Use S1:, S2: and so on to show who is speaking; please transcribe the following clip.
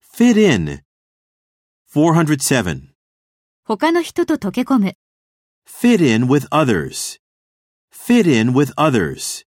S1: fit in. 407.
S2: 他の人と溶け込む。
S1: Fit in with others. Fit in with others.